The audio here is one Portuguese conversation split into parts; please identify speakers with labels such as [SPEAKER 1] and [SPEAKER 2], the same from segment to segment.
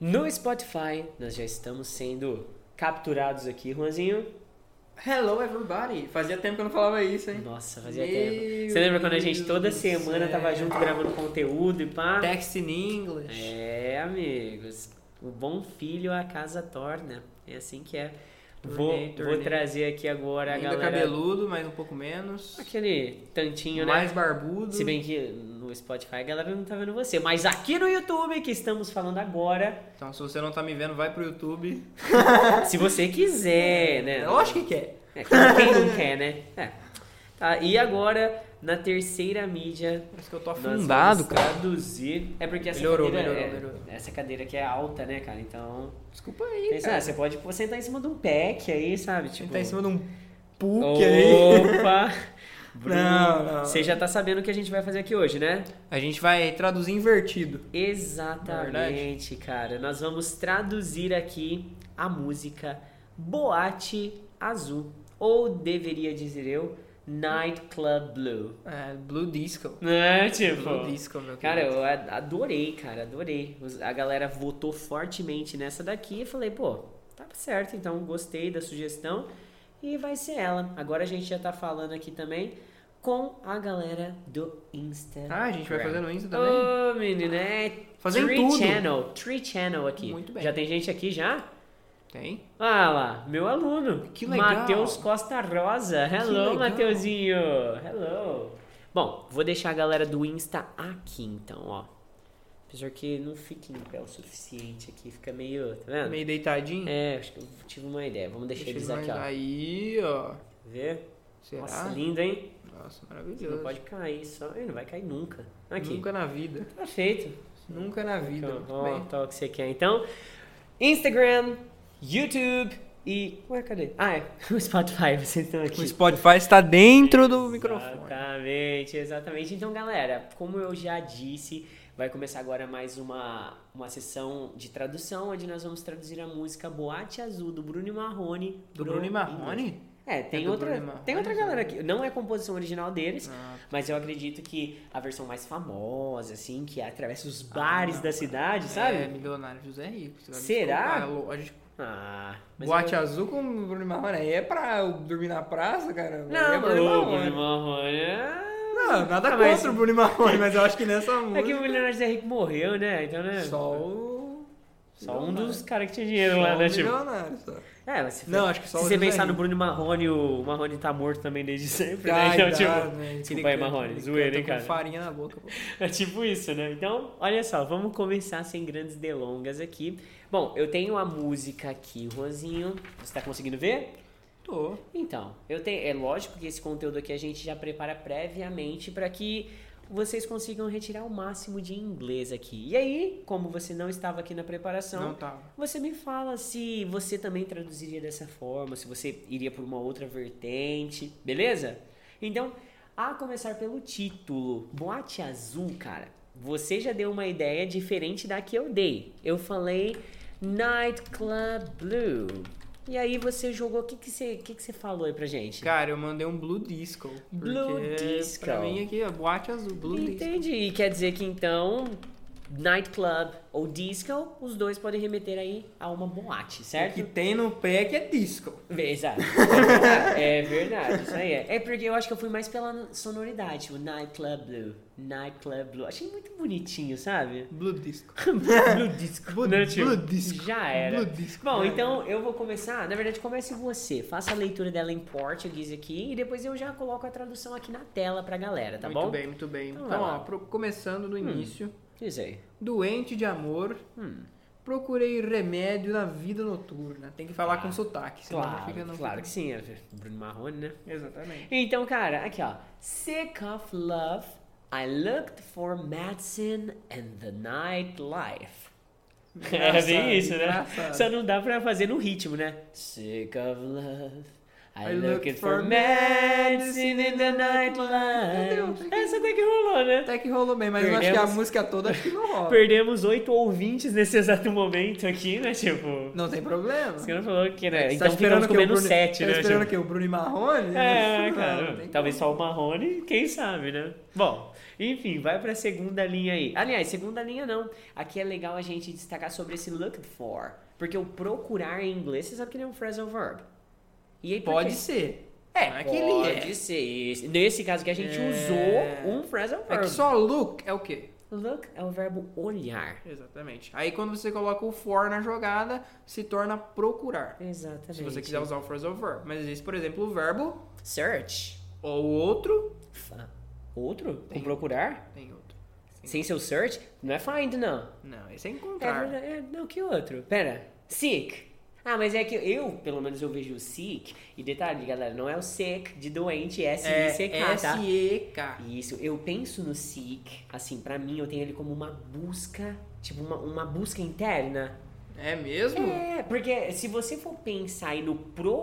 [SPEAKER 1] No Spotify, nós já estamos sendo capturados aqui, Juanzinho.
[SPEAKER 2] Hello everybody! Fazia tempo que eu não falava isso, hein?
[SPEAKER 1] Nossa, fazia
[SPEAKER 2] Meu
[SPEAKER 1] tempo. Você lembra quando a gente toda
[SPEAKER 2] Deus do
[SPEAKER 1] semana
[SPEAKER 2] céu.
[SPEAKER 1] tava junto gravando conteúdo e pá?
[SPEAKER 2] Text in English.
[SPEAKER 1] É, amigos. O bom filho a casa torna. É assim que é.
[SPEAKER 2] Tornei,
[SPEAKER 1] Vou,
[SPEAKER 2] tornei.
[SPEAKER 1] vou trazer aqui agora a
[SPEAKER 2] Ainda
[SPEAKER 1] galera.
[SPEAKER 2] cabeludo, mas um pouco menos.
[SPEAKER 1] Aquele tantinho, né?
[SPEAKER 2] Mais barbudo.
[SPEAKER 1] Se bem que no Spotify a galera não tá vendo você. Mas aqui no YouTube que estamos falando agora,
[SPEAKER 2] Então, se você não tá me vendo, vai pro YouTube.
[SPEAKER 1] se você quiser, né?
[SPEAKER 2] Lógico que quer.
[SPEAKER 1] É, quem quem não quer, né? É. Tá, e agora, na terceira mídia,
[SPEAKER 2] Parece que eu tô
[SPEAKER 1] nós vamos
[SPEAKER 2] afundado, cara.
[SPEAKER 1] traduzir. É porque essa
[SPEAKER 2] Melhorou,
[SPEAKER 1] cadeira.
[SPEAKER 2] melhorou,
[SPEAKER 1] é-
[SPEAKER 2] melhorou.
[SPEAKER 1] Essa cadeira aqui é alta, né, cara? Então.
[SPEAKER 2] Desculpa aí,
[SPEAKER 1] pensa, ah, você pode pô, sentar em cima de um pack aí, sabe?
[SPEAKER 2] Ele
[SPEAKER 1] Tipo,
[SPEAKER 2] tá em cima de um PUC aí.
[SPEAKER 1] Opa! Bruno,
[SPEAKER 2] Não, não.
[SPEAKER 1] Você já tá sabendo o que a gente vai fazer aqui hoje, né?
[SPEAKER 2] A gente vai traduzir invertido.
[SPEAKER 1] Exatamente, cara. Nós vamos traduzir aqui a música Boate Azul. Ou deveria dizer eu, Nightclub Blue.
[SPEAKER 2] É, Blue Disco.
[SPEAKER 1] Né,
[SPEAKER 2] Blue
[SPEAKER 1] tipo.
[SPEAKER 2] Disco, meu
[SPEAKER 1] Cara,
[SPEAKER 2] querido.
[SPEAKER 1] eu a- adorei, cara, adorei. Os- A galera votou fortemente nessa daqui e falei, pô, tá certo, então gostei da sugestão e vai ser ela. Agora a gente já tá falando aqui também com a galera do Insta.
[SPEAKER 2] Ah, a gente vai fazer no Insta também?
[SPEAKER 1] Ô, menino, é
[SPEAKER 2] Fazendo
[SPEAKER 1] Tree
[SPEAKER 2] tudo.
[SPEAKER 1] Channel, Tree Channel aqui.
[SPEAKER 2] Muito bem.
[SPEAKER 1] Já tem gente aqui já?
[SPEAKER 2] Tem?
[SPEAKER 1] Ah lá, meu aluno.
[SPEAKER 2] Que legal.
[SPEAKER 1] Matheus Costa Rosa.
[SPEAKER 2] legal.
[SPEAKER 1] Hello, Mateuzinho. Hello. Bom, vou deixar a galera do Insta aqui então, ó. Apesar que não fica em pé o suficiente aqui, fica meio, tá vendo?
[SPEAKER 2] Meio deitadinho?
[SPEAKER 1] É, acho que eu tive uma ideia. Vamos deixar
[SPEAKER 2] Deixa
[SPEAKER 1] eles
[SPEAKER 2] ele
[SPEAKER 1] aqui,
[SPEAKER 2] mais
[SPEAKER 1] ó.
[SPEAKER 2] Aí, ó.
[SPEAKER 1] Ver?
[SPEAKER 2] Será?
[SPEAKER 1] Nossa, lindo, hein?
[SPEAKER 2] Nossa,
[SPEAKER 1] Você
[SPEAKER 2] maravilhoso.
[SPEAKER 1] não pode cair só. Ih, Não vai cair nunca. Aqui.
[SPEAKER 2] Nunca na vida.
[SPEAKER 1] Tá feito.
[SPEAKER 2] Nunca na vida.
[SPEAKER 1] Então,
[SPEAKER 2] Muito
[SPEAKER 1] ó,
[SPEAKER 2] bem.
[SPEAKER 1] tá o que você quer então. Instagram, YouTube e. Ué, cadê? Ah, é. O Spotify, vocês estão aqui.
[SPEAKER 2] O Spotify está dentro do microfone.
[SPEAKER 1] Exatamente, exatamente. Então, galera, como eu já disse, vai começar agora mais uma, uma sessão de tradução, onde nós vamos traduzir a música Boate Azul, do Bruno Marrone.
[SPEAKER 2] Do
[SPEAKER 1] pro
[SPEAKER 2] Bruno e
[SPEAKER 1] inglês.
[SPEAKER 2] Marrone?
[SPEAKER 1] É, tem,
[SPEAKER 2] É do
[SPEAKER 1] outra,
[SPEAKER 2] Bruno Marrone,
[SPEAKER 1] tem outra
[SPEAKER 2] né?
[SPEAKER 1] galera aqui. Não é composição original deles,
[SPEAKER 2] Ah,
[SPEAKER 1] mas eu acredito que a versão mais famosa, assim, que atravessa os bares da cidade, sabe?
[SPEAKER 2] Ah, É, milionário José Rico. você vai me
[SPEAKER 1] Será?
[SPEAKER 2] desculpar, lógico.
[SPEAKER 1] Ah, mas
[SPEAKER 2] Boate
[SPEAKER 1] eu...
[SPEAKER 2] azul com o Bruno e Marrone. Aí é pra eu dormir na praça, cara?
[SPEAKER 1] Não,
[SPEAKER 2] é
[SPEAKER 1] mas
[SPEAKER 2] Bruno e
[SPEAKER 1] o
[SPEAKER 2] Marrone.
[SPEAKER 1] Bruno Marrone. é-
[SPEAKER 2] Não, nada
[SPEAKER 1] Ah,
[SPEAKER 2] contra
[SPEAKER 1] mas-
[SPEAKER 2] o Bruno e Marrone, mas eu acho que nessa
[SPEAKER 1] É que
[SPEAKER 2] música...
[SPEAKER 1] o milionário Zé Rico morreu, né? Então, né?
[SPEAKER 2] Só o...
[SPEAKER 1] Só um
[SPEAKER 2] milionário.
[SPEAKER 1] dos caras que tinha
[SPEAKER 2] Só
[SPEAKER 1] dinheiro lá,
[SPEAKER 2] o
[SPEAKER 1] né? Tipo.
[SPEAKER 2] milionário, só.
[SPEAKER 1] É, mas se, for-
[SPEAKER 2] Não, acho que só
[SPEAKER 1] se
[SPEAKER 2] o
[SPEAKER 1] você
[SPEAKER 2] José
[SPEAKER 1] pensar no
[SPEAKER 2] Rico.
[SPEAKER 1] Bruno Marrone, o Marrone tá morto também desde sempre, né?
[SPEAKER 2] Ai,
[SPEAKER 1] Então,
[SPEAKER 2] dá,
[SPEAKER 1] tipo,
[SPEAKER 2] né? Ele
[SPEAKER 1] desculpa aí,
[SPEAKER 2] canta-
[SPEAKER 1] Marrone,
[SPEAKER 2] ele
[SPEAKER 1] zoeira,
[SPEAKER 2] canta
[SPEAKER 1] hein, cara?
[SPEAKER 2] Com farinha na boca, pô.
[SPEAKER 1] é tipo isso, né? Então, olha só, vamos começar sem grandes delongas aqui. Bom, eu tenho a música aqui, Juanzinho. Você tá conseguindo ver?
[SPEAKER 2] Tô.
[SPEAKER 1] Então, eu tenho, é lógico que esse conteúdo aqui a gente já prepara previamente para que vocês consigam retirar o máximo de inglês aqui. E aí, como você não estava aqui na preparação,
[SPEAKER 2] Não tá. tava.
[SPEAKER 1] Você me fala se você também traduziria dessa forma, se você iria por uma outra vertente, beleza? Então, a começar pelo título, Boate Azul, cara. Você já deu uma ideia diferente da que eu dei. Eu falei Nightclub Blue. E aí você jogou, o que, que, você, o que, que você falou aí pra gente?
[SPEAKER 2] Cara, eu mandei um Blue Disco.
[SPEAKER 1] Blue
[SPEAKER 2] porque
[SPEAKER 1] Disco.
[SPEAKER 2] Pra mim aqui, ó, boate azul, Blue Disco.
[SPEAKER 1] Entendi. E quer dizer que então, Nightclub ou Disco, os dois podem remeter aí a uma boate,
[SPEAKER 2] O
[SPEAKER 1] certo?
[SPEAKER 2] que tem no pé que é disco.
[SPEAKER 1] Exato. É verdade, É verdade, isso aí é. É porque eu acho que eu fui mais pela sonoridade, o Nightclub Blue. Nightclub Blue. Achei muito bonitinho, sabe?
[SPEAKER 2] Blue Disco.
[SPEAKER 1] Blue Disco.
[SPEAKER 2] Blue-
[SPEAKER 1] né, tio?
[SPEAKER 2] Blue Disco.
[SPEAKER 1] Já era.
[SPEAKER 2] Blue Disco. né?
[SPEAKER 1] Bom,
[SPEAKER 2] Já
[SPEAKER 1] então eu vou começar. Na verdade, comece você. Faça a leitura dela em português aqui e depois eu já coloco a tradução aqui na tela pra galera, tá
[SPEAKER 2] muito
[SPEAKER 1] bom?
[SPEAKER 2] bem, muito bem.
[SPEAKER 1] Então
[SPEAKER 2] Então,
[SPEAKER 1] vai
[SPEAKER 2] ó,
[SPEAKER 1] lá. Hum.
[SPEAKER 2] pro- começando no início.
[SPEAKER 1] Isso aí. Hum,
[SPEAKER 2] Doente de amor, procurei remédio na vida noturna. Tem que falar
[SPEAKER 1] Ah,
[SPEAKER 2] com sotaque, senão não fica...
[SPEAKER 1] Claro,
[SPEAKER 2] Não
[SPEAKER 1] claro que
[SPEAKER 2] fica-
[SPEAKER 1] sim. é Bruno Marrone, né?
[SPEAKER 2] Exatamente.
[SPEAKER 1] Então, cara, aqui ó. Sick of love, I looked for medicine and the nightlife. É
[SPEAKER 2] Engraçado,
[SPEAKER 1] bem isso, né?
[SPEAKER 2] engraçado.
[SPEAKER 1] Só não dá pra fazer no ritmo, né? Sick of love, I look it for men seen in the nightlight. Essa até que rolou, né?
[SPEAKER 2] Até que rolou bem, mas eu acho que a
[SPEAKER 1] Perdemos.
[SPEAKER 2] música toda acho que não rola.
[SPEAKER 1] Perdemos oito ouvintes nesse exato momento aqui, né? Tipo.
[SPEAKER 2] Não tem problema.
[SPEAKER 1] Você não falou que, né?
[SPEAKER 2] Você
[SPEAKER 1] Então
[SPEAKER 2] tá
[SPEAKER 1] ficamos
[SPEAKER 2] que o
[SPEAKER 1] comendo
[SPEAKER 2] Bruno-
[SPEAKER 1] sete,
[SPEAKER 2] Tá
[SPEAKER 1] né?
[SPEAKER 2] esperando
[SPEAKER 1] tipo.
[SPEAKER 2] que o Bruno e Marrone?
[SPEAKER 1] É,
[SPEAKER 2] Não,
[SPEAKER 1] cara.
[SPEAKER 2] não tem
[SPEAKER 1] Talvez
[SPEAKER 2] como.
[SPEAKER 1] só o Marrone, quem sabe, né? Bom, enfim, vai pra segunda linha aí. Aliás, segunda linha não. Aqui é legal a gente destacar sobre esse look for. Porque o procurar em inglês, você sabe que ele é um phrasal verb. E aí, por
[SPEAKER 2] Pode
[SPEAKER 1] quê?
[SPEAKER 2] ser.
[SPEAKER 1] É,
[SPEAKER 2] Não é que ele
[SPEAKER 1] pode
[SPEAKER 2] é.
[SPEAKER 1] ser. isso. Nesse caso que a gente
[SPEAKER 2] É.
[SPEAKER 1] usou um phrasal
[SPEAKER 2] É
[SPEAKER 1] verb.
[SPEAKER 2] que só look é o quê?
[SPEAKER 1] Look é o verbo olhar.
[SPEAKER 2] Exatamente. Aí quando você coloca o for na jogada, se torna procurar.
[SPEAKER 1] Exatamente.
[SPEAKER 2] Se você quiser usar o phrasal verb. Mas existe, por exemplo, o verbo
[SPEAKER 1] Search.
[SPEAKER 2] ou outro.
[SPEAKER 1] Fa- Outro? Com
[SPEAKER 2] Tem.
[SPEAKER 1] procurar?
[SPEAKER 2] Tem outro.
[SPEAKER 1] Sem seu search? Não é find, não.
[SPEAKER 2] Não, esse é
[SPEAKER 1] É
[SPEAKER 2] encontrar.
[SPEAKER 1] verdade. é, Não, que outro? Pera. Seek. Ah, mas é que eu, pelo menos, eu vejo o seek. E detalhe, galera, não é o sick de doente, é S-I-C-K, tá?
[SPEAKER 2] S-E-K.
[SPEAKER 1] Isso, eu penso no seek, assim, pra mim eu tenho ele como uma busca, tipo uma, uma busca interna.
[SPEAKER 2] É mesmo?
[SPEAKER 1] É, porque se você for pensar aí no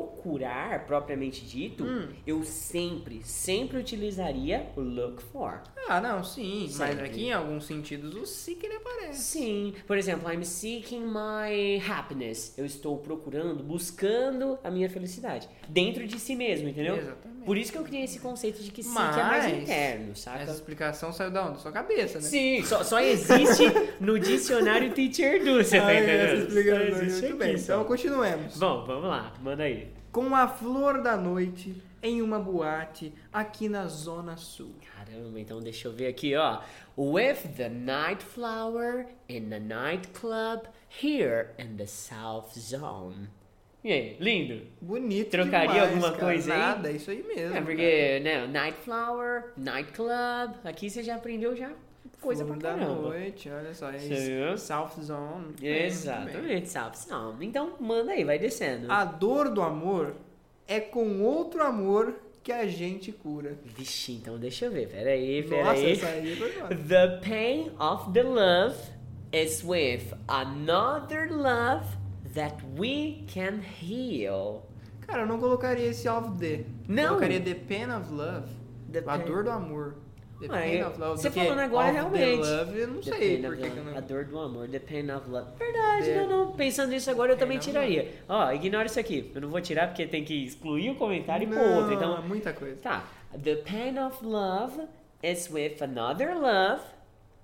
[SPEAKER 1] procurar, propriamente dito,
[SPEAKER 2] Hum.
[SPEAKER 1] eu sempre, sempre utilizaria o look for.
[SPEAKER 2] Ah, não, sim. Mas
[SPEAKER 1] Sempre.
[SPEAKER 2] aqui em alguns sentidos o seek ele aparece.
[SPEAKER 1] Sim, por exemplo, I'm seeking my happiness. Eu estou procurando, buscando a minha felicidade. Dentro de si mesmo, entendeu?
[SPEAKER 2] Exatamente.
[SPEAKER 1] Por isso que eu criei esse conceito de que seek é mais
[SPEAKER 2] Mas- é né?
[SPEAKER 1] interno,
[SPEAKER 2] Essa
[SPEAKER 1] saca?
[SPEAKER 2] explicação saiu da onde? Da sua cabeça, né?
[SPEAKER 1] Sim, só, só existe no dicionário Teacher Do, você tá
[SPEAKER 2] Ah, essa
[SPEAKER 1] entendendo? Só
[SPEAKER 2] explicação,
[SPEAKER 1] existe
[SPEAKER 2] muito
[SPEAKER 1] aqui,
[SPEAKER 2] bem.
[SPEAKER 1] só.
[SPEAKER 2] Então continuemos.
[SPEAKER 1] Bom, vamos lá, manda aí.
[SPEAKER 2] Com a flor da noite em uma boate aqui na Zona Sul.
[SPEAKER 1] Caramba, então deixa eu ver aqui, ó. With the night flower in the nightclub here in the South Zone. E aí, lindo?
[SPEAKER 2] Bonito.
[SPEAKER 1] Trocaria
[SPEAKER 2] demais,
[SPEAKER 1] alguma
[SPEAKER 2] cara.
[SPEAKER 1] coisa aí?
[SPEAKER 2] Nada, isso aí mesmo.
[SPEAKER 1] É porque, né, night flower, night club, aqui você já aprendeu já coisa
[SPEAKER 2] flor
[SPEAKER 1] pra
[SPEAKER 2] da
[SPEAKER 1] caramba.
[SPEAKER 2] noite, olha só. é
[SPEAKER 1] Você
[SPEAKER 2] isso.
[SPEAKER 1] viu?
[SPEAKER 2] South Zone. muito bem, muito bem.
[SPEAKER 1] Exatamente, salve, salve. Então, manda aí, vai descendo.
[SPEAKER 2] A dor do amor é com outro amor que a gente cura.
[SPEAKER 1] Vixe, então deixa eu ver, peraí,
[SPEAKER 2] Nossa,
[SPEAKER 1] peraí.
[SPEAKER 2] essa aí foi foda.
[SPEAKER 1] The pain of the love is with another love that we can heal.
[SPEAKER 2] Cara, eu não colocaria esse of the.
[SPEAKER 1] Não.
[SPEAKER 2] Colocaria The Pain of Love.
[SPEAKER 1] The
[SPEAKER 2] a
[SPEAKER 1] pain-
[SPEAKER 2] dor do amor. The
[SPEAKER 1] Ah,
[SPEAKER 2] Pain
[SPEAKER 1] eu-
[SPEAKER 2] of Love.
[SPEAKER 1] você
[SPEAKER 2] do que
[SPEAKER 1] falando agora,
[SPEAKER 2] of
[SPEAKER 1] realmente.
[SPEAKER 2] The love, eu não
[SPEAKER 1] The
[SPEAKER 2] sei
[SPEAKER 1] pain
[SPEAKER 2] por
[SPEAKER 1] of
[SPEAKER 2] que que eu
[SPEAKER 1] love. A
[SPEAKER 2] não...
[SPEAKER 1] dor do amor, the pain of love. Verdade,
[SPEAKER 2] The-
[SPEAKER 1] não, não. Pensando nisso agora, eu
[SPEAKER 2] Pain
[SPEAKER 1] também
[SPEAKER 2] of
[SPEAKER 1] tiraria. Ó, ignora isso aqui. Eu não vou tirar porque tem que excluir o comentário e pôr
[SPEAKER 2] Não,
[SPEAKER 1] outro. Então,
[SPEAKER 2] muita coisa.
[SPEAKER 1] tá. The pain of love is with another love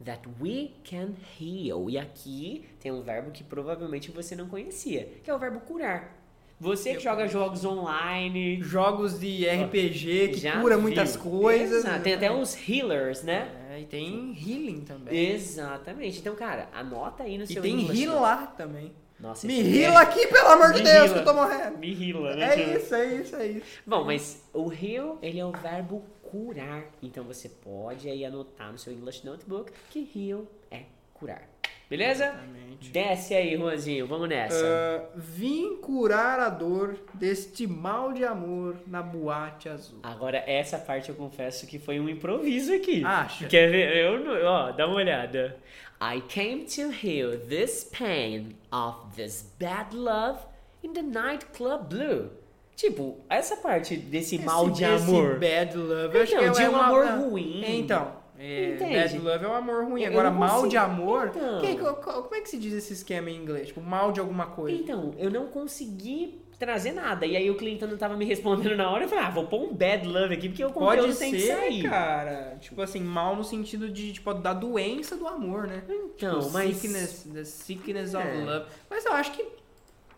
[SPEAKER 1] that we can heal. E aqui tem um verbo que provavelmente você não conhecia, que é o verbo curar. Você que
[SPEAKER 2] Eu
[SPEAKER 1] joga jogos online,
[SPEAKER 2] Jogos de RPG que
[SPEAKER 1] já
[SPEAKER 2] cura
[SPEAKER 1] viu.
[SPEAKER 2] muitas coisas.
[SPEAKER 1] Exato. Tem
[SPEAKER 2] um,
[SPEAKER 1] até uns healers, né?
[SPEAKER 2] É, e tem healing também.
[SPEAKER 1] Exatamente. Então, cara, anota aí no
[SPEAKER 2] E
[SPEAKER 1] seu
[SPEAKER 2] tem
[SPEAKER 1] English.
[SPEAKER 2] rilar também.
[SPEAKER 1] Nossa,
[SPEAKER 2] Me
[SPEAKER 1] esse
[SPEAKER 2] rila aqui, pelo amor de
[SPEAKER 1] Me
[SPEAKER 2] Deus,
[SPEAKER 1] rila.
[SPEAKER 2] que eu tô morrendo.
[SPEAKER 1] Me rila, né?
[SPEAKER 2] É isso, é isso, é isso.
[SPEAKER 1] Bom, mas o heal, ele é o verbo curar. Então você pode aí anotar no seu English Notebook que heal é curar. Beleza?
[SPEAKER 2] Exatamente.
[SPEAKER 1] Desce aí, Juanzinho. Vamos nessa.
[SPEAKER 2] Ah, vim curar a dor deste mal de amor na boate azul.
[SPEAKER 1] Agora, essa parte eu confesso que foi um improviso aqui.
[SPEAKER 2] Acha?
[SPEAKER 1] Quer ver? Eu, não- ó, dá uma olhada. I came to heal this pain of this bad love in the nightclub blue. Tipo, essa parte desse mal de
[SPEAKER 2] esse
[SPEAKER 1] amor.
[SPEAKER 2] bad love, eu acho
[SPEAKER 1] Então,
[SPEAKER 2] que é,
[SPEAKER 1] de
[SPEAKER 2] é
[SPEAKER 1] um
[SPEAKER 2] uma-
[SPEAKER 1] amor
[SPEAKER 2] é-
[SPEAKER 1] ruim.
[SPEAKER 2] Então, é,
[SPEAKER 1] Entende?
[SPEAKER 2] bad love é um amor ruim.
[SPEAKER 1] Eu- eu
[SPEAKER 2] Agora,
[SPEAKER 1] não
[SPEAKER 2] mal
[SPEAKER 1] consigo-
[SPEAKER 2] de amor.
[SPEAKER 1] Então.
[SPEAKER 2] que- co- co- como é que se diz esse esquema em inglês? Tipo, mal de alguma coisa.
[SPEAKER 1] Então, eu não consegui trazer nada. E aí o cliente não tava me respondendo na hora. Eu falei, ah, vou pôr um bad love aqui, porque o conteúdo
[SPEAKER 2] Pode
[SPEAKER 1] tem que
[SPEAKER 2] ser,
[SPEAKER 1] sair.
[SPEAKER 2] cara. Tipo assim, mal no sentido de, tipo, da doença do amor, né?
[SPEAKER 1] Então,
[SPEAKER 2] The
[SPEAKER 1] mas...
[SPEAKER 2] sickness, the sickness of
[SPEAKER 1] É.
[SPEAKER 2] love. Mas eu acho que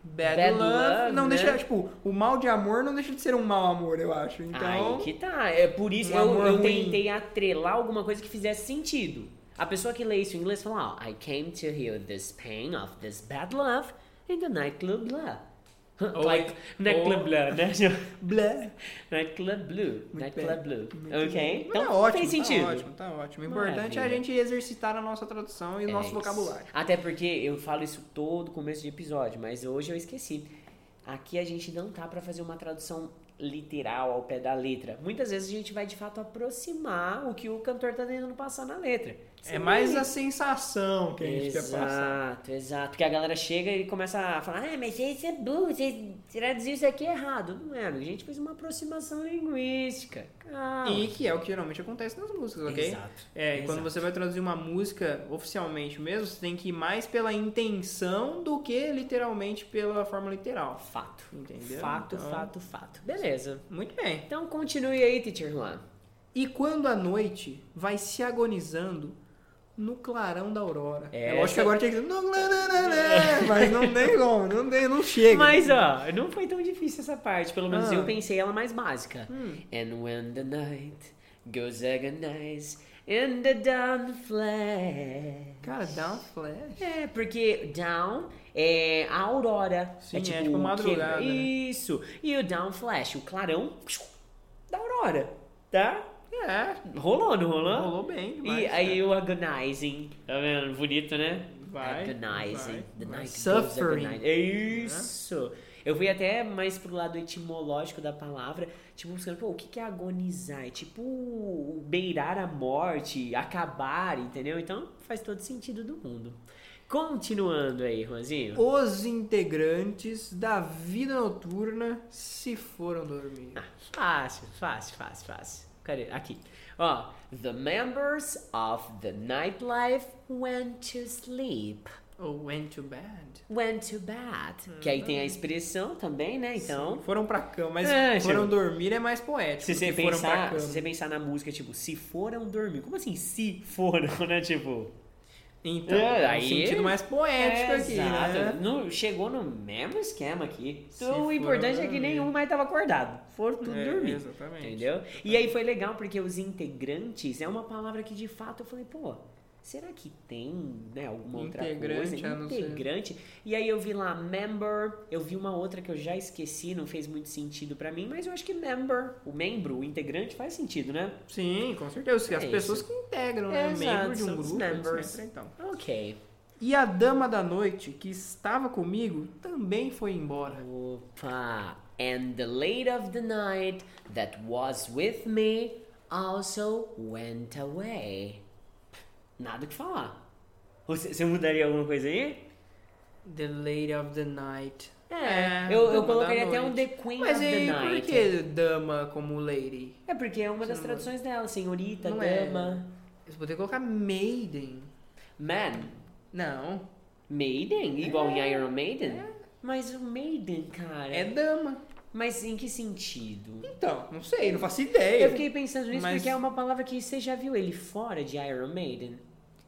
[SPEAKER 2] bad,
[SPEAKER 1] Bad
[SPEAKER 2] love,
[SPEAKER 1] love,
[SPEAKER 2] não
[SPEAKER 1] né?
[SPEAKER 2] deixa, tipo, o mal de amor não deixa de ser um mau amor, eu acho. Então,
[SPEAKER 1] Aí que tá. É por isso
[SPEAKER 2] Um
[SPEAKER 1] que eu,
[SPEAKER 2] amor
[SPEAKER 1] eu
[SPEAKER 2] ruim.
[SPEAKER 1] tentei atrelar alguma coisa que fizesse sentido. A pessoa que lê isso em inglês fala, ó, I came to heal this pain of this bad love in the nightclub blah.
[SPEAKER 2] Ou-
[SPEAKER 1] like, nightclub
[SPEAKER 2] ou-
[SPEAKER 1] blah, né?
[SPEAKER 2] blé.
[SPEAKER 1] nightclub blue,
[SPEAKER 2] Muito
[SPEAKER 1] nightclub blue.
[SPEAKER 2] Muito
[SPEAKER 1] ok?
[SPEAKER 2] bom.
[SPEAKER 1] Então
[SPEAKER 2] tá ótimo,
[SPEAKER 1] tem sentido.
[SPEAKER 2] Tá ótimo, tá ótimo. O importante é a
[SPEAKER 1] Maravilha.
[SPEAKER 2] gente exercitar a nossa tradução e o
[SPEAKER 1] É
[SPEAKER 2] nosso
[SPEAKER 1] isso.
[SPEAKER 2] vocabulário.
[SPEAKER 1] Até porque eu falo isso todo começo de episódio, mas hoje eu esqueci. Aqui a gente não tá pra fazer uma tradução literal ao pé da letra. Muitas vezes a gente vai de fato aproximar o que o cantor tá tentando passar na letra.
[SPEAKER 2] É mais a sensação que a gente quer passar.
[SPEAKER 1] Exato, exato. Porque a galera chega e começa a falar, ah, mas isso é burro, você traduziu isso aqui errado. Não é, amigo, a gente fez uma aproximação linguística. Calma.
[SPEAKER 2] E que é o que geralmente acontece nas músicas, ok?
[SPEAKER 1] Exato.
[SPEAKER 2] É, e
[SPEAKER 1] exato.
[SPEAKER 2] quando você vai traduzir uma música oficialmente mesmo, você tem que ir mais pela intenção do que literalmente pela forma literal.
[SPEAKER 1] Fato.
[SPEAKER 2] Entendeu?
[SPEAKER 1] Fato,
[SPEAKER 2] Então-
[SPEAKER 1] fato, fato. Beleza.
[SPEAKER 2] Muito bem.
[SPEAKER 1] Então continue aí, teacher Juan.
[SPEAKER 2] E quando a noite vai se agonizando no clarão da aurora.
[SPEAKER 1] É,
[SPEAKER 2] Eu acho que
[SPEAKER 1] essa-
[SPEAKER 2] agora tinha que. Não, não, não, não, não, mas não tem como, não, tem, não chega.
[SPEAKER 1] Mas ó, não foi tão difícil essa parte, pelo menos
[SPEAKER 2] Ah.
[SPEAKER 1] eu pensei ela mais básica.
[SPEAKER 2] Hum.
[SPEAKER 1] And when the night goes agonize in the dawn flash.
[SPEAKER 2] Cara, dá um flash.
[SPEAKER 1] É, porque down é a aurora.
[SPEAKER 2] Sim, é tipo madrugada, né?
[SPEAKER 1] Isso. E o down flash, o clarão da aurora, tá?
[SPEAKER 2] É,
[SPEAKER 1] Rolou, não rolou?
[SPEAKER 2] rolou bem demais.
[SPEAKER 1] E aí
[SPEAKER 2] cara.
[SPEAKER 1] o agonizing, tá vendo? Bonito, né?
[SPEAKER 2] Vai,
[SPEAKER 1] agonizing.
[SPEAKER 2] vai,
[SPEAKER 1] the
[SPEAKER 2] vai.
[SPEAKER 1] night
[SPEAKER 2] Suffering.
[SPEAKER 1] Suffering. É isso. Eu fui até mais pro lado etimológico da palavra, tipo, buscando, pô, o que que é agonizar? É tipo beirar a morte, acabar, entendeu? Então faz todo sentido do mundo. Continuando aí, Juanzinho.
[SPEAKER 2] Os integrantes da vida noturna se foram dormir.
[SPEAKER 1] Ah, Fácil, fácil, fácil, fácil. Cadê? Aqui. Ó, the members of the nightlife went to sleep.
[SPEAKER 2] Ou went to bed.
[SPEAKER 1] Went to bed. Que aí tem a expressão também, né? Então,
[SPEAKER 2] Foram pra cama, mas
[SPEAKER 1] É,
[SPEAKER 2] foram
[SPEAKER 1] tipo-
[SPEAKER 2] dormir é mais poético.
[SPEAKER 1] se
[SPEAKER 2] do
[SPEAKER 1] você,
[SPEAKER 2] que foram pra
[SPEAKER 1] pensar,
[SPEAKER 2] cama.
[SPEAKER 1] se você pensar na música, tipo, se foram dormir. Como assim, se foram, né? Tipo,
[SPEAKER 2] Então,
[SPEAKER 1] É,
[SPEAKER 2] é, um
[SPEAKER 1] aí-
[SPEAKER 2] sentido mais poético
[SPEAKER 1] é,
[SPEAKER 2] aqui,
[SPEAKER 1] exato.
[SPEAKER 2] né?
[SPEAKER 1] No- chegou no mesmo esquema aqui.
[SPEAKER 2] Se
[SPEAKER 1] Então,
[SPEAKER 2] foram
[SPEAKER 1] o importante é que
[SPEAKER 2] dormir.
[SPEAKER 1] nenhum mais tava acordado. Foram tudo
[SPEAKER 2] É,
[SPEAKER 1] dormir.
[SPEAKER 2] Exatamente.
[SPEAKER 1] Entendeu? E aí foi legal porque os integrantes é uma palavra que de fato eu falei, pô, será que tem né, alguma outra
[SPEAKER 2] Integrante,
[SPEAKER 1] coisa?
[SPEAKER 2] eu não sei.
[SPEAKER 1] Integrante. E aí eu vi lá member, eu vi uma outra que eu já esqueci, não fez muito sentido pra mim, mas eu acho que member, o membro, o integrante faz sentido, né?
[SPEAKER 2] Sim, com certeza. As
[SPEAKER 1] É
[SPEAKER 2] pessoas
[SPEAKER 1] isso.
[SPEAKER 2] que integram,
[SPEAKER 1] É,
[SPEAKER 2] né? Membro
[SPEAKER 1] exato,
[SPEAKER 2] de um
[SPEAKER 1] são os
[SPEAKER 2] grupo,
[SPEAKER 1] members.
[SPEAKER 2] etc. Então.
[SPEAKER 1] OK.
[SPEAKER 2] E a dama da noite, que estava comigo, também foi embora.
[SPEAKER 1] Opa. And the lady of the night that was with me also went away. Nada o que falar. Você você mudaria alguma coisa aí?
[SPEAKER 2] The lady of the night.
[SPEAKER 1] É, eu,
[SPEAKER 2] dama
[SPEAKER 1] eu
[SPEAKER 2] da
[SPEAKER 1] colocaria até um
[SPEAKER 2] noite.
[SPEAKER 1] The Queen
[SPEAKER 2] Mas
[SPEAKER 1] of the
[SPEAKER 2] aí, por
[SPEAKER 1] Night.
[SPEAKER 2] que dama como lady?
[SPEAKER 1] É porque é uma das
[SPEAKER 2] Não.
[SPEAKER 1] traduções dela, senhorita,
[SPEAKER 2] Não é.
[SPEAKER 1] dama.
[SPEAKER 2] Você poderia colocar maiden.
[SPEAKER 1] Man,
[SPEAKER 2] Não,
[SPEAKER 1] maiden, igual em Iron Maiden. É. Mas o maiden, cara...
[SPEAKER 2] é dama.
[SPEAKER 1] Mas em que sentido?
[SPEAKER 2] Então, não sei, não faço ideia.
[SPEAKER 1] Eu fiquei pensando nisso
[SPEAKER 2] Mas-
[SPEAKER 1] porque é uma palavra que você já viu ele fora de Iron Maiden.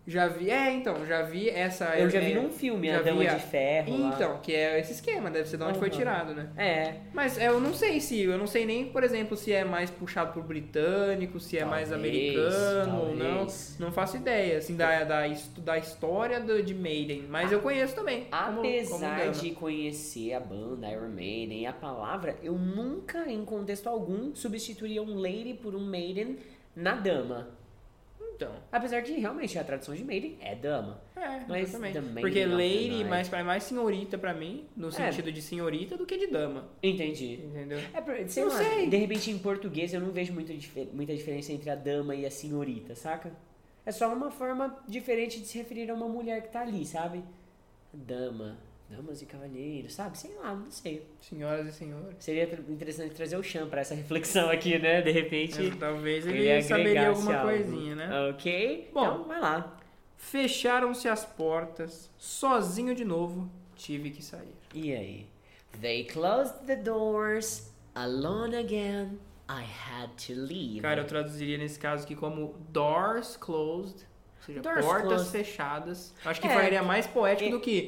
[SPEAKER 2] Já vi, é, então, já vi essa...
[SPEAKER 1] Eu já
[SPEAKER 2] é,
[SPEAKER 1] vi num filme,
[SPEAKER 2] já
[SPEAKER 1] A Dama
[SPEAKER 2] vi a-
[SPEAKER 1] de Ferro lá.
[SPEAKER 2] Então, que é esse esquema, deve ser de onde foi
[SPEAKER 1] Aham.
[SPEAKER 2] tirado, né?
[SPEAKER 1] É,
[SPEAKER 2] Mas é, eu não sei se, eu não sei nem, por exemplo, se é mais puxado pro britânico, se é mais
[SPEAKER 1] Talvez,
[SPEAKER 2] americano ou não.
[SPEAKER 1] talvez.
[SPEAKER 2] Não faço ideia, assim, da, da, his- da história do, de Maiden. Mas eu conheço também. como-
[SPEAKER 1] Apesar
[SPEAKER 2] como
[SPEAKER 1] de conhecer a banda Iron Maiden e a palavra, eu nunca, em contexto algum, substituiria um lady por um maiden na dama.
[SPEAKER 2] dama. Então,
[SPEAKER 1] Apesar que realmente a tradução de maiden é dama.
[SPEAKER 2] é,
[SPEAKER 1] Mas
[SPEAKER 2] exatamente.
[SPEAKER 1] the Maiden
[SPEAKER 2] Porque
[SPEAKER 1] of the
[SPEAKER 2] lady
[SPEAKER 1] Night.
[SPEAKER 2] mais, é mais senhorita pra mim,
[SPEAKER 1] É.
[SPEAKER 2] no sentido de senhorita, do que de dama,
[SPEAKER 1] Entendi.
[SPEAKER 2] entendeu?
[SPEAKER 1] É, por- sei
[SPEAKER 2] Não
[SPEAKER 1] lá,
[SPEAKER 2] sei.
[SPEAKER 1] de repente em português eu não vejo muito dife- muita diferença entre a dama e a senhorita, saca? É só uma forma diferente de se referir a uma mulher que tá ali, sabe? Dama, damas e cavalheiros, sabe? Sei lá, não sei.
[SPEAKER 2] Senhoras e senhores.
[SPEAKER 1] Seria tra- interessante trazer o Chan pra essa reflexão aqui, né? De repente.
[SPEAKER 2] Talvez ele,
[SPEAKER 1] ele
[SPEAKER 2] É. saberia
[SPEAKER 1] agregasse
[SPEAKER 2] alguma
[SPEAKER 1] algo. Ah.
[SPEAKER 2] coisinha, né?
[SPEAKER 1] Ok.
[SPEAKER 2] Bom.
[SPEAKER 1] então, vai lá.
[SPEAKER 2] Fecharam-se as portas, sozinho de novo, tive que sair.
[SPEAKER 1] E aí? They closed the doors. Alone again. I had to leave.
[SPEAKER 2] Cara, eu traduziria nesse caso aqui como doors closed, ou seja,
[SPEAKER 1] Doors
[SPEAKER 2] portas
[SPEAKER 1] closed.
[SPEAKER 2] fechadas. Acho que
[SPEAKER 1] É.
[SPEAKER 2] ficaria mais poético
[SPEAKER 1] É.
[SPEAKER 2] do que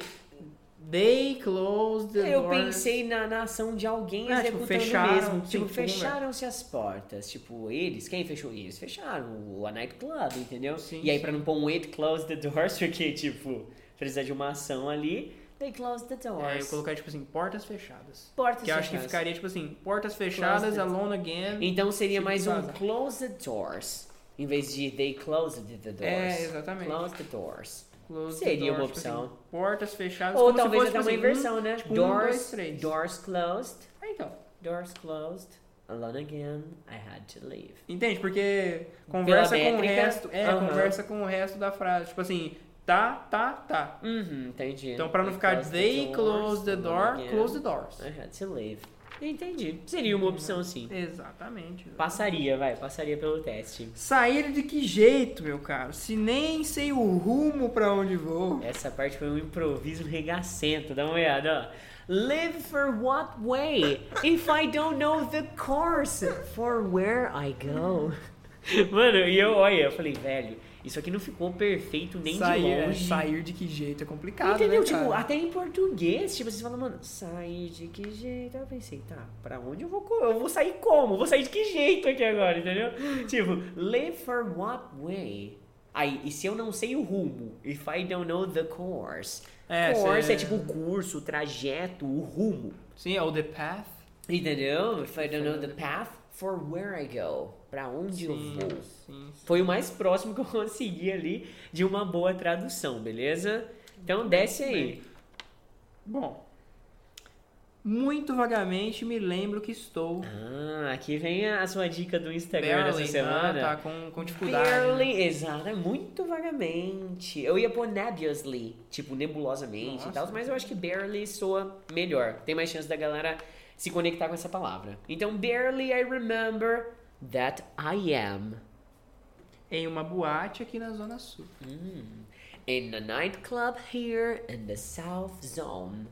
[SPEAKER 2] they closed the
[SPEAKER 1] Eu
[SPEAKER 2] doors.
[SPEAKER 1] pensei na, na ação de alguém
[SPEAKER 2] É, tipo,
[SPEAKER 1] executando
[SPEAKER 2] fecharam,
[SPEAKER 1] mesmo.
[SPEAKER 2] sim,
[SPEAKER 1] Tipo,
[SPEAKER 2] tipo, conversa.
[SPEAKER 1] fecharam-se as portas. Tipo, eles, quem fechou eles? Fecharam o a nightclub, entendeu?
[SPEAKER 2] Sim,
[SPEAKER 1] e aí,
[SPEAKER 2] sim.
[SPEAKER 1] pra não pôr um it close the doors, porque, tipo, precisa de uma ação ali. They closed the doors.
[SPEAKER 2] É, eu colocaria tipo assim, portas fechadas.
[SPEAKER 1] Portas
[SPEAKER 2] Que eu acho que
[SPEAKER 1] fechadas.
[SPEAKER 2] ficaria tipo assim, portas fechadas,
[SPEAKER 1] Closed.
[SPEAKER 2] alone again.
[SPEAKER 1] Então seria
[SPEAKER 2] Tipo,
[SPEAKER 1] mais um
[SPEAKER 2] vazar.
[SPEAKER 1] close the doors. Em vez de they closed the doors.
[SPEAKER 2] É, exatamente.
[SPEAKER 1] Close the doors.
[SPEAKER 2] Closed
[SPEAKER 1] seria uma
[SPEAKER 2] doors, tipo
[SPEAKER 1] opção.
[SPEAKER 2] assim, portas fechadas.
[SPEAKER 1] Ou
[SPEAKER 2] como se
[SPEAKER 1] talvez
[SPEAKER 2] fosse,
[SPEAKER 1] até
[SPEAKER 2] tipo
[SPEAKER 1] uma
[SPEAKER 2] assim, um-
[SPEAKER 1] inversão, né?
[SPEAKER 2] tipo, um,
[SPEAKER 1] doors,
[SPEAKER 2] dois, três.
[SPEAKER 1] doors closed.
[SPEAKER 2] Ah, então.
[SPEAKER 1] Doors closed. Alone again, I had to leave.
[SPEAKER 2] Entende? Porque conversa com o
[SPEAKER 1] métrica,
[SPEAKER 2] resto. É,
[SPEAKER 1] aham.
[SPEAKER 2] conversa com o resto da frase. Tipo assim, tá, tá, tá.
[SPEAKER 1] Uhum, entendi.
[SPEAKER 2] Então pra não ficar they close the door, close the Uhum. doors.
[SPEAKER 1] I had to leave. Entendi. Seria uma opção sim.
[SPEAKER 2] Exatamente.
[SPEAKER 1] Passaria, vai, passaria pelo teste.
[SPEAKER 2] Sair de que jeito, meu caro? Se nem sei o rumo pra onde vou.
[SPEAKER 1] Essa parte foi um improviso regacento, dá uma olhada, ó. Live for what way? If I don't know the course, for where I go. Mano, e eu, olha, eu falei, velho, isso aqui não ficou perfeito nem
[SPEAKER 2] sair,
[SPEAKER 1] de
[SPEAKER 2] é,
[SPEAKER 1] longe.
[SPEAKER 2] sair de que jeito é complicado,
[SPEAKER 1] Entendeu?
[SPEAKER 2] né,
[SPEAKER 1] tipo,
[SPEAKER 2] cara?
[SPEAKER 1] até em português, tipo, vocês falam, mano, sair de que jeito? Aí Eu pensei, tá, pra onde eu vou? co- Eu vou sair como? Eu Vou sair de que jeito aqui agora, entendeu? tipo, live for what way? Aí, e se eu não sei o rumo? If I don't know the course.
[SPEAKER 2] É,
[SPEAKER 1] course
[SPEAKER 2] cê-
[SPEAKER 1] é tipo o curso, o trajeto, o rumo.
[SPEAKER 2] Sim, é o the path.
[SPEAKER 1] Entendeu? If I don't know the path, for where I go. Pra onde eu
[SPEAKER 2] Sim,
[SPEAKER 1] vou.
[SPEAKER 2] sim, sim.
[SPEAKER 1] Foi o mais próximo que eu consegui ali de uma boa tradução, beleza? Então desce aí.
[SPEAKER 2] Bom, muito vagamente me lembro que estou
[SPEAKER 1] Ah, aqui vem a sua dica do Instagram
[SPEAKER 2] barely,
[SPEAKER 1] dessa é semana.
[SPEAKER 2] né? Tá com, com dificuldade. né?
[SPEAKER 1] Barely, exato, é muito vagamente. Eu ia pôr nebulously, tipo nebulosamente e
[SPEAKER 2] Nossa.
[SPEAKER 1] tal, mas eu acho que barely soa melhor. Tem mais chance da galera se conectar com essa palavra. Então, barely I remember that I am
[SPEAKER 2] Em uma boate aqui na Zona Sul.
[SPEAKER 1] Hmm. in a nightclub here in the South Zone.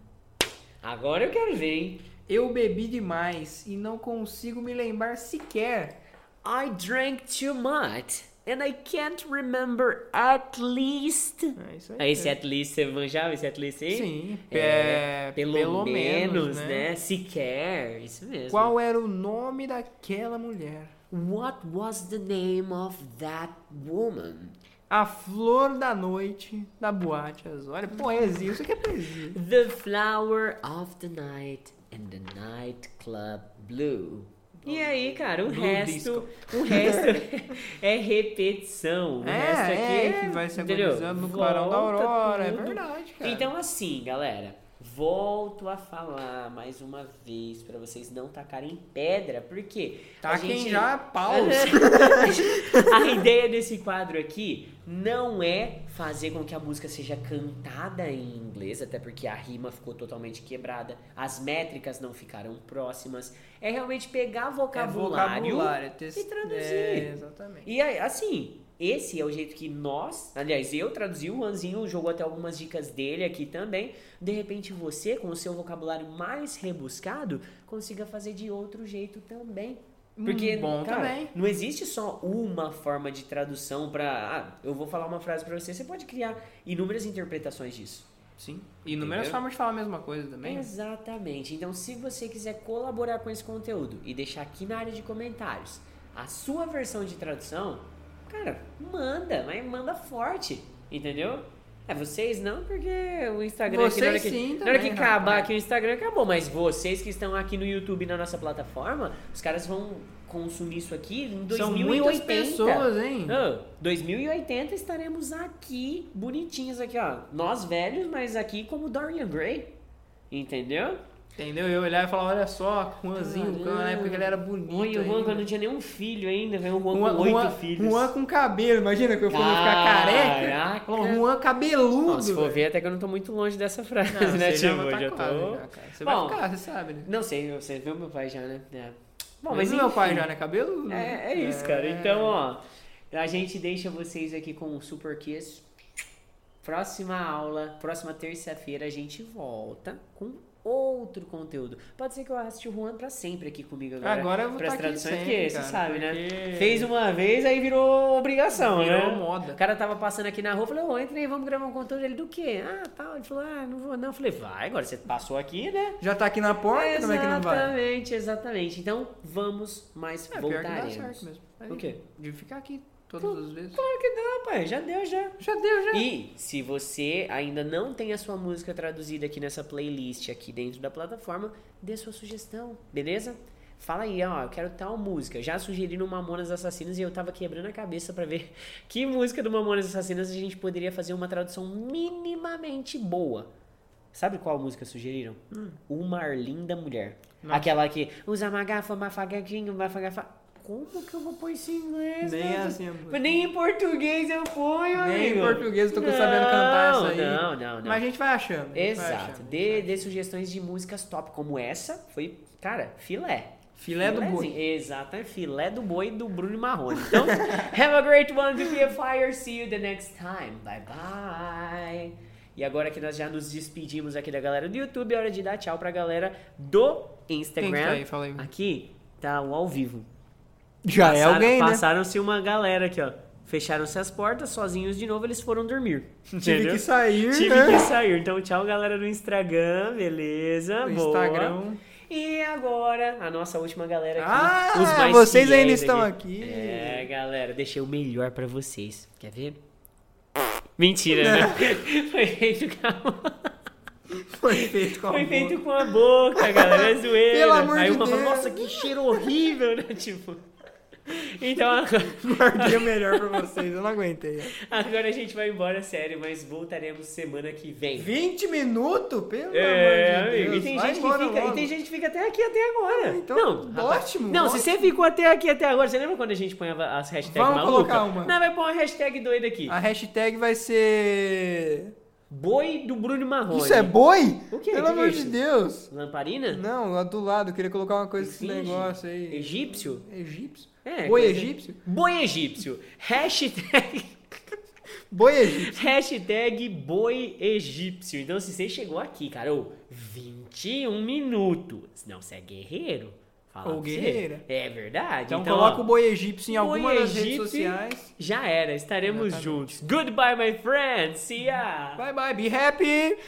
[SPEAKER 1] Agora eu quero ver, hein?
[SPEAKER 2] Eu bebi demais e não consigo me lembrar sequer.
[SPEAKER 1] I drank too much and I can't remember at least.
[SPEAKER 2] É isso aí.
[SPEAKER 1] Aí esse at least você manjava esse at least aí?
[SPEAKER 2] Sim.
[SPEAKER 1] É,
[SPEAKER 2] É,
[SPEAKER 1] pelo, menos, né? Sequer, isso mesmo.
[SPEAKER 2] Qual era o nome daquela mulher?
[SPEAKER 1] What was the name of that woman?
[SPEAKER 2] A flor da noite da boate azul. Olha, poesia, isso aqui é poesia.
[SPEAKER 1] The flower of the night and the nightclub blue. E aí, cara, o
[SPEAKER 2] Blue
[SPEAKER 1] resto, o resto é repetição. O
[SPEAKER 2] É,
[SPEAKER 1] resto aqui
[SPEAKER 2] é,
[SPEAKER 1] é,
[SPEAKER 2] que vai se
[SPEAKER 1] entendeu?
[SPEAKER 2] agonizando no clarão da
[SPEAKER 1] Volta
[SPEAKER 2] aurora, é
[SPEAKER 1] tudo.
[SPEAKER 2] verdade, cara.
[SPEAKER 1] Então assim, galera, volto a falar mais uma vez pra vocês não tacarem pedra, porque
[SPEAKER 2] Tá
[SPEAKER 1] a
[SPEAKER 2] quem
[SPEAKER 1] gente- É
[SPEAKER 2] já pausa. É
[SPEAKER 1] a ideia desse quadro aqui não é fazer com que a música seja cantada em inglês, até porque a rima ficou totalmente quebrada, as métricas não ficaram próximas. É realmente pegar vocabulário,
[SPEAKER 2] é vocabulário texto-
[SPEAKER 1] e traduzir.
[SPEAKER 2] É, exatamente.
[SPEAKER 1] e aí, assim, esse é o jeito que nós, aliás, eu traduzi, o Juanzinho jogou até algumas dicas dele aqui também. De repente você, com o seu vocabulário mais rebuscado, consiga fazer de outro jeito também. Porque,
[SPEAKER 2] Hum, bom
[SPEAKER 1] cara,
[SPEAKER 2] também.
[SPEAKER 1] não existe só uma forma de tradução pra. Ah, eu vou falar uma frase pra você, você pode criar inúmeras interpretações disso.
[SPEAKER 2] Sim. E inúmeras
[SPEAKER 1] Entendeu?
[SPEAKER 2] formas de falar a mesma coisa também.
[SPEAKER 1] Exatamente. Então, se você quiser colaborar com esse conteúdo e deixar aqui na área de comentários a sua versão de tradução, cara, manda, mas manda forte, entendeu? É, vocês não, porque o Instagram aqui, na hora
[SPEAKER 2] Vocês
[SPEAKER 1] que,
[SPEAKER 2] sim
[SPEAKER 1] na hora que
[SPEAKER 2] também,
[SPEAKER 1] acabar
[SPEAKER 2] rapaz.
[SPEAKER 1] aqui o Instagram acabou, mas vocês que estão aqui no YouTube na nossa plataforma, os caras vão consumir isso aqui em 2080.
[SPEAKER 2] São muitas pessoas, hein?
[SPEAKER 1] Ah, 2080 estaremos aqui, bonitinhos aqui, ó. Nós velhos, mas aqui como Dorian Gray. Entendeu?
[SPEAKER 2] Entendeu? Eu olhar e falar, olha só, Juanzinho,
[SPEAKER 1] Caramba.
[SPEAKER 2] na época que ele era bonito.
[SPEAKER 1] Oi, o Juan,
[SPEAKER 2] ainda.
[SPEAKER 1] quando não tinha nenhum filho ainda, veio o Juan
[SPEAKER 2] Juan,
[SPEAKER 1] com oito
[SPEAKER 2] Juan-
[SPEAKER 1] filhos.
[SPEAKER 2] Juan com cabelo, imagina que eu fui ficar careca.
[SPEAKER 1] Caraca.
[SPEAKER 2] Falou, Juan cabeludo.
[SPEAKER 1] Não, se for ver, até que eu não tô muito longe dessa frase,
[SPEAKER 2] velho. Não,
[SPEAKER 1] né,
[SPEAKER 2] você já
[SPEAKER 1] Tipo,
[SPEAKER 2] vai tá
[SPEAKER 1] eu já
[SPEAKER 2] quase,
[SPEAKER 1] tô...
[SPEAKER 2] já, cara. Você
[SPEAKER 1] Bom,
[SPEAKER 2] vai ficar, você sabe, né?
[SPEAKER 1] Não sei, você viu meu pai já, né? É. Bom,
[SPEAKER 2] mas
[SPEAKER 1] mas
[SPEAKER 2] meu pai
[SPEAKER 1] enfim.
[SPEAKER 2] já, né? Cabeludo.
[SPEAKER 1] É, é isso, cara. Então, ó, a gente deixa vocês aqui com um super kiss. Próxima aula, próxima terça-feira, a gente volta com outro conteúdo. Pode ser que eu arraste o Juan pra sempre aqui comigo agora.
[SPEAKER 2] Agora eu vou
[SPEAKER 1] pras
[SPEAKER 2] tá aqui
[SPEAKER 1] traduções,
[SPEAKER 2] sempre,
[SPEAKER 1] porque você
[SPEAKER 2] cara,
[SPEAKER 1] sabe, né?
[SPEAKER 2] porque-
[SPEAKER 1] Fez uma vez, aí virou obrigação,
[SPEAKER 2] Virou
[SPEAKER 1] né?
[SPEAKER 2] moda.
[SPEAKER 1] O cara tava passando aqui na rua, falei, ô, entra aí, vamos gravar um conteúdo. Ele, do quê? Ah, tal. Ele falou, ah, não vou não. Eu falei, vai, agora você passou aqui, né?
[SPEAKER 2] Já tá aqui na porta, como é que não vai?
[SPEAKER 1] Exatamente, exatamente. Então, vamos, mas
[SPEAKER 2] É, pior que dá
[SPEAKER 1] voltaremos.
[SPEAKER 2] certo mesmo. Aí,
[SPEAKER 1] O quê?
[SPEAKER 2] De ficar aqui todas as vezes.
[SPEAKER 1] Claro que dá, pai. Já deu, já.
[SPEAKER 2] Já deu, já.
[SPEAKER 1] E se você ainda não tem a sua música traduzida aqui nessa playlist aqui dentro da plataforma, dê sua sugestão, beleza? Fala aí, ó, eu quero tal música. Já sugeri no Mamonas Assassinas e eu tava quebrando a cabeça pra ver que música do Mamonas Assassinas a gente poderia fazer uma tradução minimamente boa. Sabe qual música sugeriram? Uma Arlinda Mulher.
[SPEAKER 2] Hum. Nossa.
[SPEAKER 1] Aquela que usa magafa, mafagadinho, mafagafa. Como que eu vou pôr isso em inglês?
[SPEAKER 2] Nem
[SPEAKER 1] né?
[SPEAKER 2] assim a música.
[SPEAKER 1] Nem em português eu ponho,
[SPEAKER 2] Nem
[SPEAKER 1] amigo.
[SPEAKER 2] em português eu tô sabendo cantar essa aí.
[SPEAKER 1] Não, não, não.
[SPEAKER 2] Mas a gente vai achando. a gente vai
[SPEAKER 1] Exato.
[SPEAKER 2] achando.
[SPEAKER 1] Dê, dê sugestões de músicas top como essa. Foi, cara, filé.
[SPEAKER 2] Filé do boi.
[SPEAKER 1] Filézinho. Exato, é filé do boi do Bruno Marrone. Então, have a great one, be a fire, see you the next time. Bye bye. E agora que nós já nos despedimos aqui da galera do YouTube, é hora de dar tchau pra galera do Instagram.
[SPEAKER 2] Quem que tá aí? Fala aí.
[SPEAKER 1] Aqui tá o ao vivo.
[SPEAKER 2] Já é
[SPEAKER 1] Passaram-
[SPEAKER 2] alguém, né?
[SPEAKER 1] Passaram-se uma galera aqui, ó. Fecharam-se as portas, sozinhos de novo, eles foram dormir.
[SPEAKER 2] Tive
[SPEAKER 1] Entendeu?
[SPEAKER 2] que sair,
[SPEAKER 1] Tive
[SPEAKER 2] né?
[SPEAKER 1] que sair. Então, tchau, galera do Instagram, beleza?
[SPEAKER 2] No
[SPEAKER 1] Boa.
[SPEAKER 2] Instagram.
[SPEAKER 1] E agora, a nossa última galera aqui.
[SPEAKER 2] Ah,
[SPEAKER 1] os mais
[SPEAKER 2] vocês
[SPEAKER 1] fiéis
[SPEAKER 2] ainda estão aqui.
[SPEAKER 1] É, galera, deixei o melhor pra vocês. Quer ver? Mentira, né? Foi feito com a,
[SPEAKER 2] Foi feito com
[SPEAKER 1] foi
[SPEAKER 2] amor.
[SPEAKER 1] feito com a boca, galera. É zoeira.
[SPEAKER 2] Pelo amor
[SPEAKER 1] Aí
[SPEAKER 2] de
[SPEAKER 1] uma fala,
[SPEAKER 2] Deus.
[SPEAKER 1] nossa, que cheiro horrível, né? Tipo. Então
[SPEAKER 2] Guardei o melhor pra vocês, eu não aguentei.
[SPEAKER 1] agora a gente vai embora, sério, mas voltaremos semana que vem.
[SPEAKER 2] 20 minutos? Pelo
[SPEAKER 1] É,
[SPEAKER 2] amor de
[SPEAKER 1] amigo,
[SPEAKER 2] Deus.
[SPEAKER 1] e tem,
[SPEAKER 2] vai
[SPEAKER 1] gente que
[SPEAKER 2] embora
[SPEAKER 1] fica, e
[SPEAKER 2] logo.
[SPEAKER 1] tem gente que fica até aqui, até agora.
[SPEAKER 2] Então,
[SPEAKER 1] não, rapaz,
[SPEAKER 2] ótimo,
[SPEAKER 1] Não, se você ficou até aqui, até agora, você lembra quando a gente põe as hashtags
[SPEAKER 2] Vamos
[SPEAKER 1] maluca?
[SPEAKER 2] colocar uma. Ah.
[SPEAKER 1] Não, vai pôr uma hashtag doida aqui.
[SPEAKER 2] A hashtag vai ser.
[SPEAKER 1] Boi do Bruno Marrone.
[SPEAKER 2] Isso é boi?
[SPEAKER 1] O quê?
[SPEAKER 2] Pelo
[SPEAKER 1] Que
[SPEAKER 2] amor
[SPEAKER 1] que é
[SPEAKER 2] de
[SPEAKER 1] isso?
[SPEAKER 2] Deus.
[SPEAKER 1] Lamparina?
[SPEAKER 2] Não, lá do lado, eu queria colocar uma coisa desse
[SPEAKER 1] Esfinge?
[SPEAKER 2] negócio aí.
[SPEAKER 1] Egípcio?
[SPEAKER 2] Egípcio?
[SPEAKER 1] É,
[SPEAKER 2] boi
[SPEAKER 1] coisa-
[SPEAKER 2] egípcio?
[SPEAKER 1] Boi egípcio. Hashtag...
[SPEAKER 2] Boi egípcio.
[SPEAKER 1] Hashtag boi egípcio. Então, se você chegou aqui, cara, ô, 21 minutos. Não, você é guerreiro. Fala
[SPEAKER 2] Ou
[SPEAKER 1] pra você.
[SPEAKER 2] guerreira.
[SPEAKER 1] É verdade.
[SPEAKER 2] Então,
[SPEAKER 1] então
[SPEAKER 2] coloca
[SPEAKER 1] ó,
[SPEAKER 2] o boi egípcio em alguma
[SPEAKER 1] Boi
[SPEAKER 2] das redes
[SPEAKER 1] egípcio.
[SPEAKER 2] sociais.
[SPEAKER 1] Já era, estaremos
[SPEAKER 2] Exatamente.
[SPEAKER 1] juntos. Goodbye, my friends. See ya.
[SPEAKER 2] Bye bye, be happy!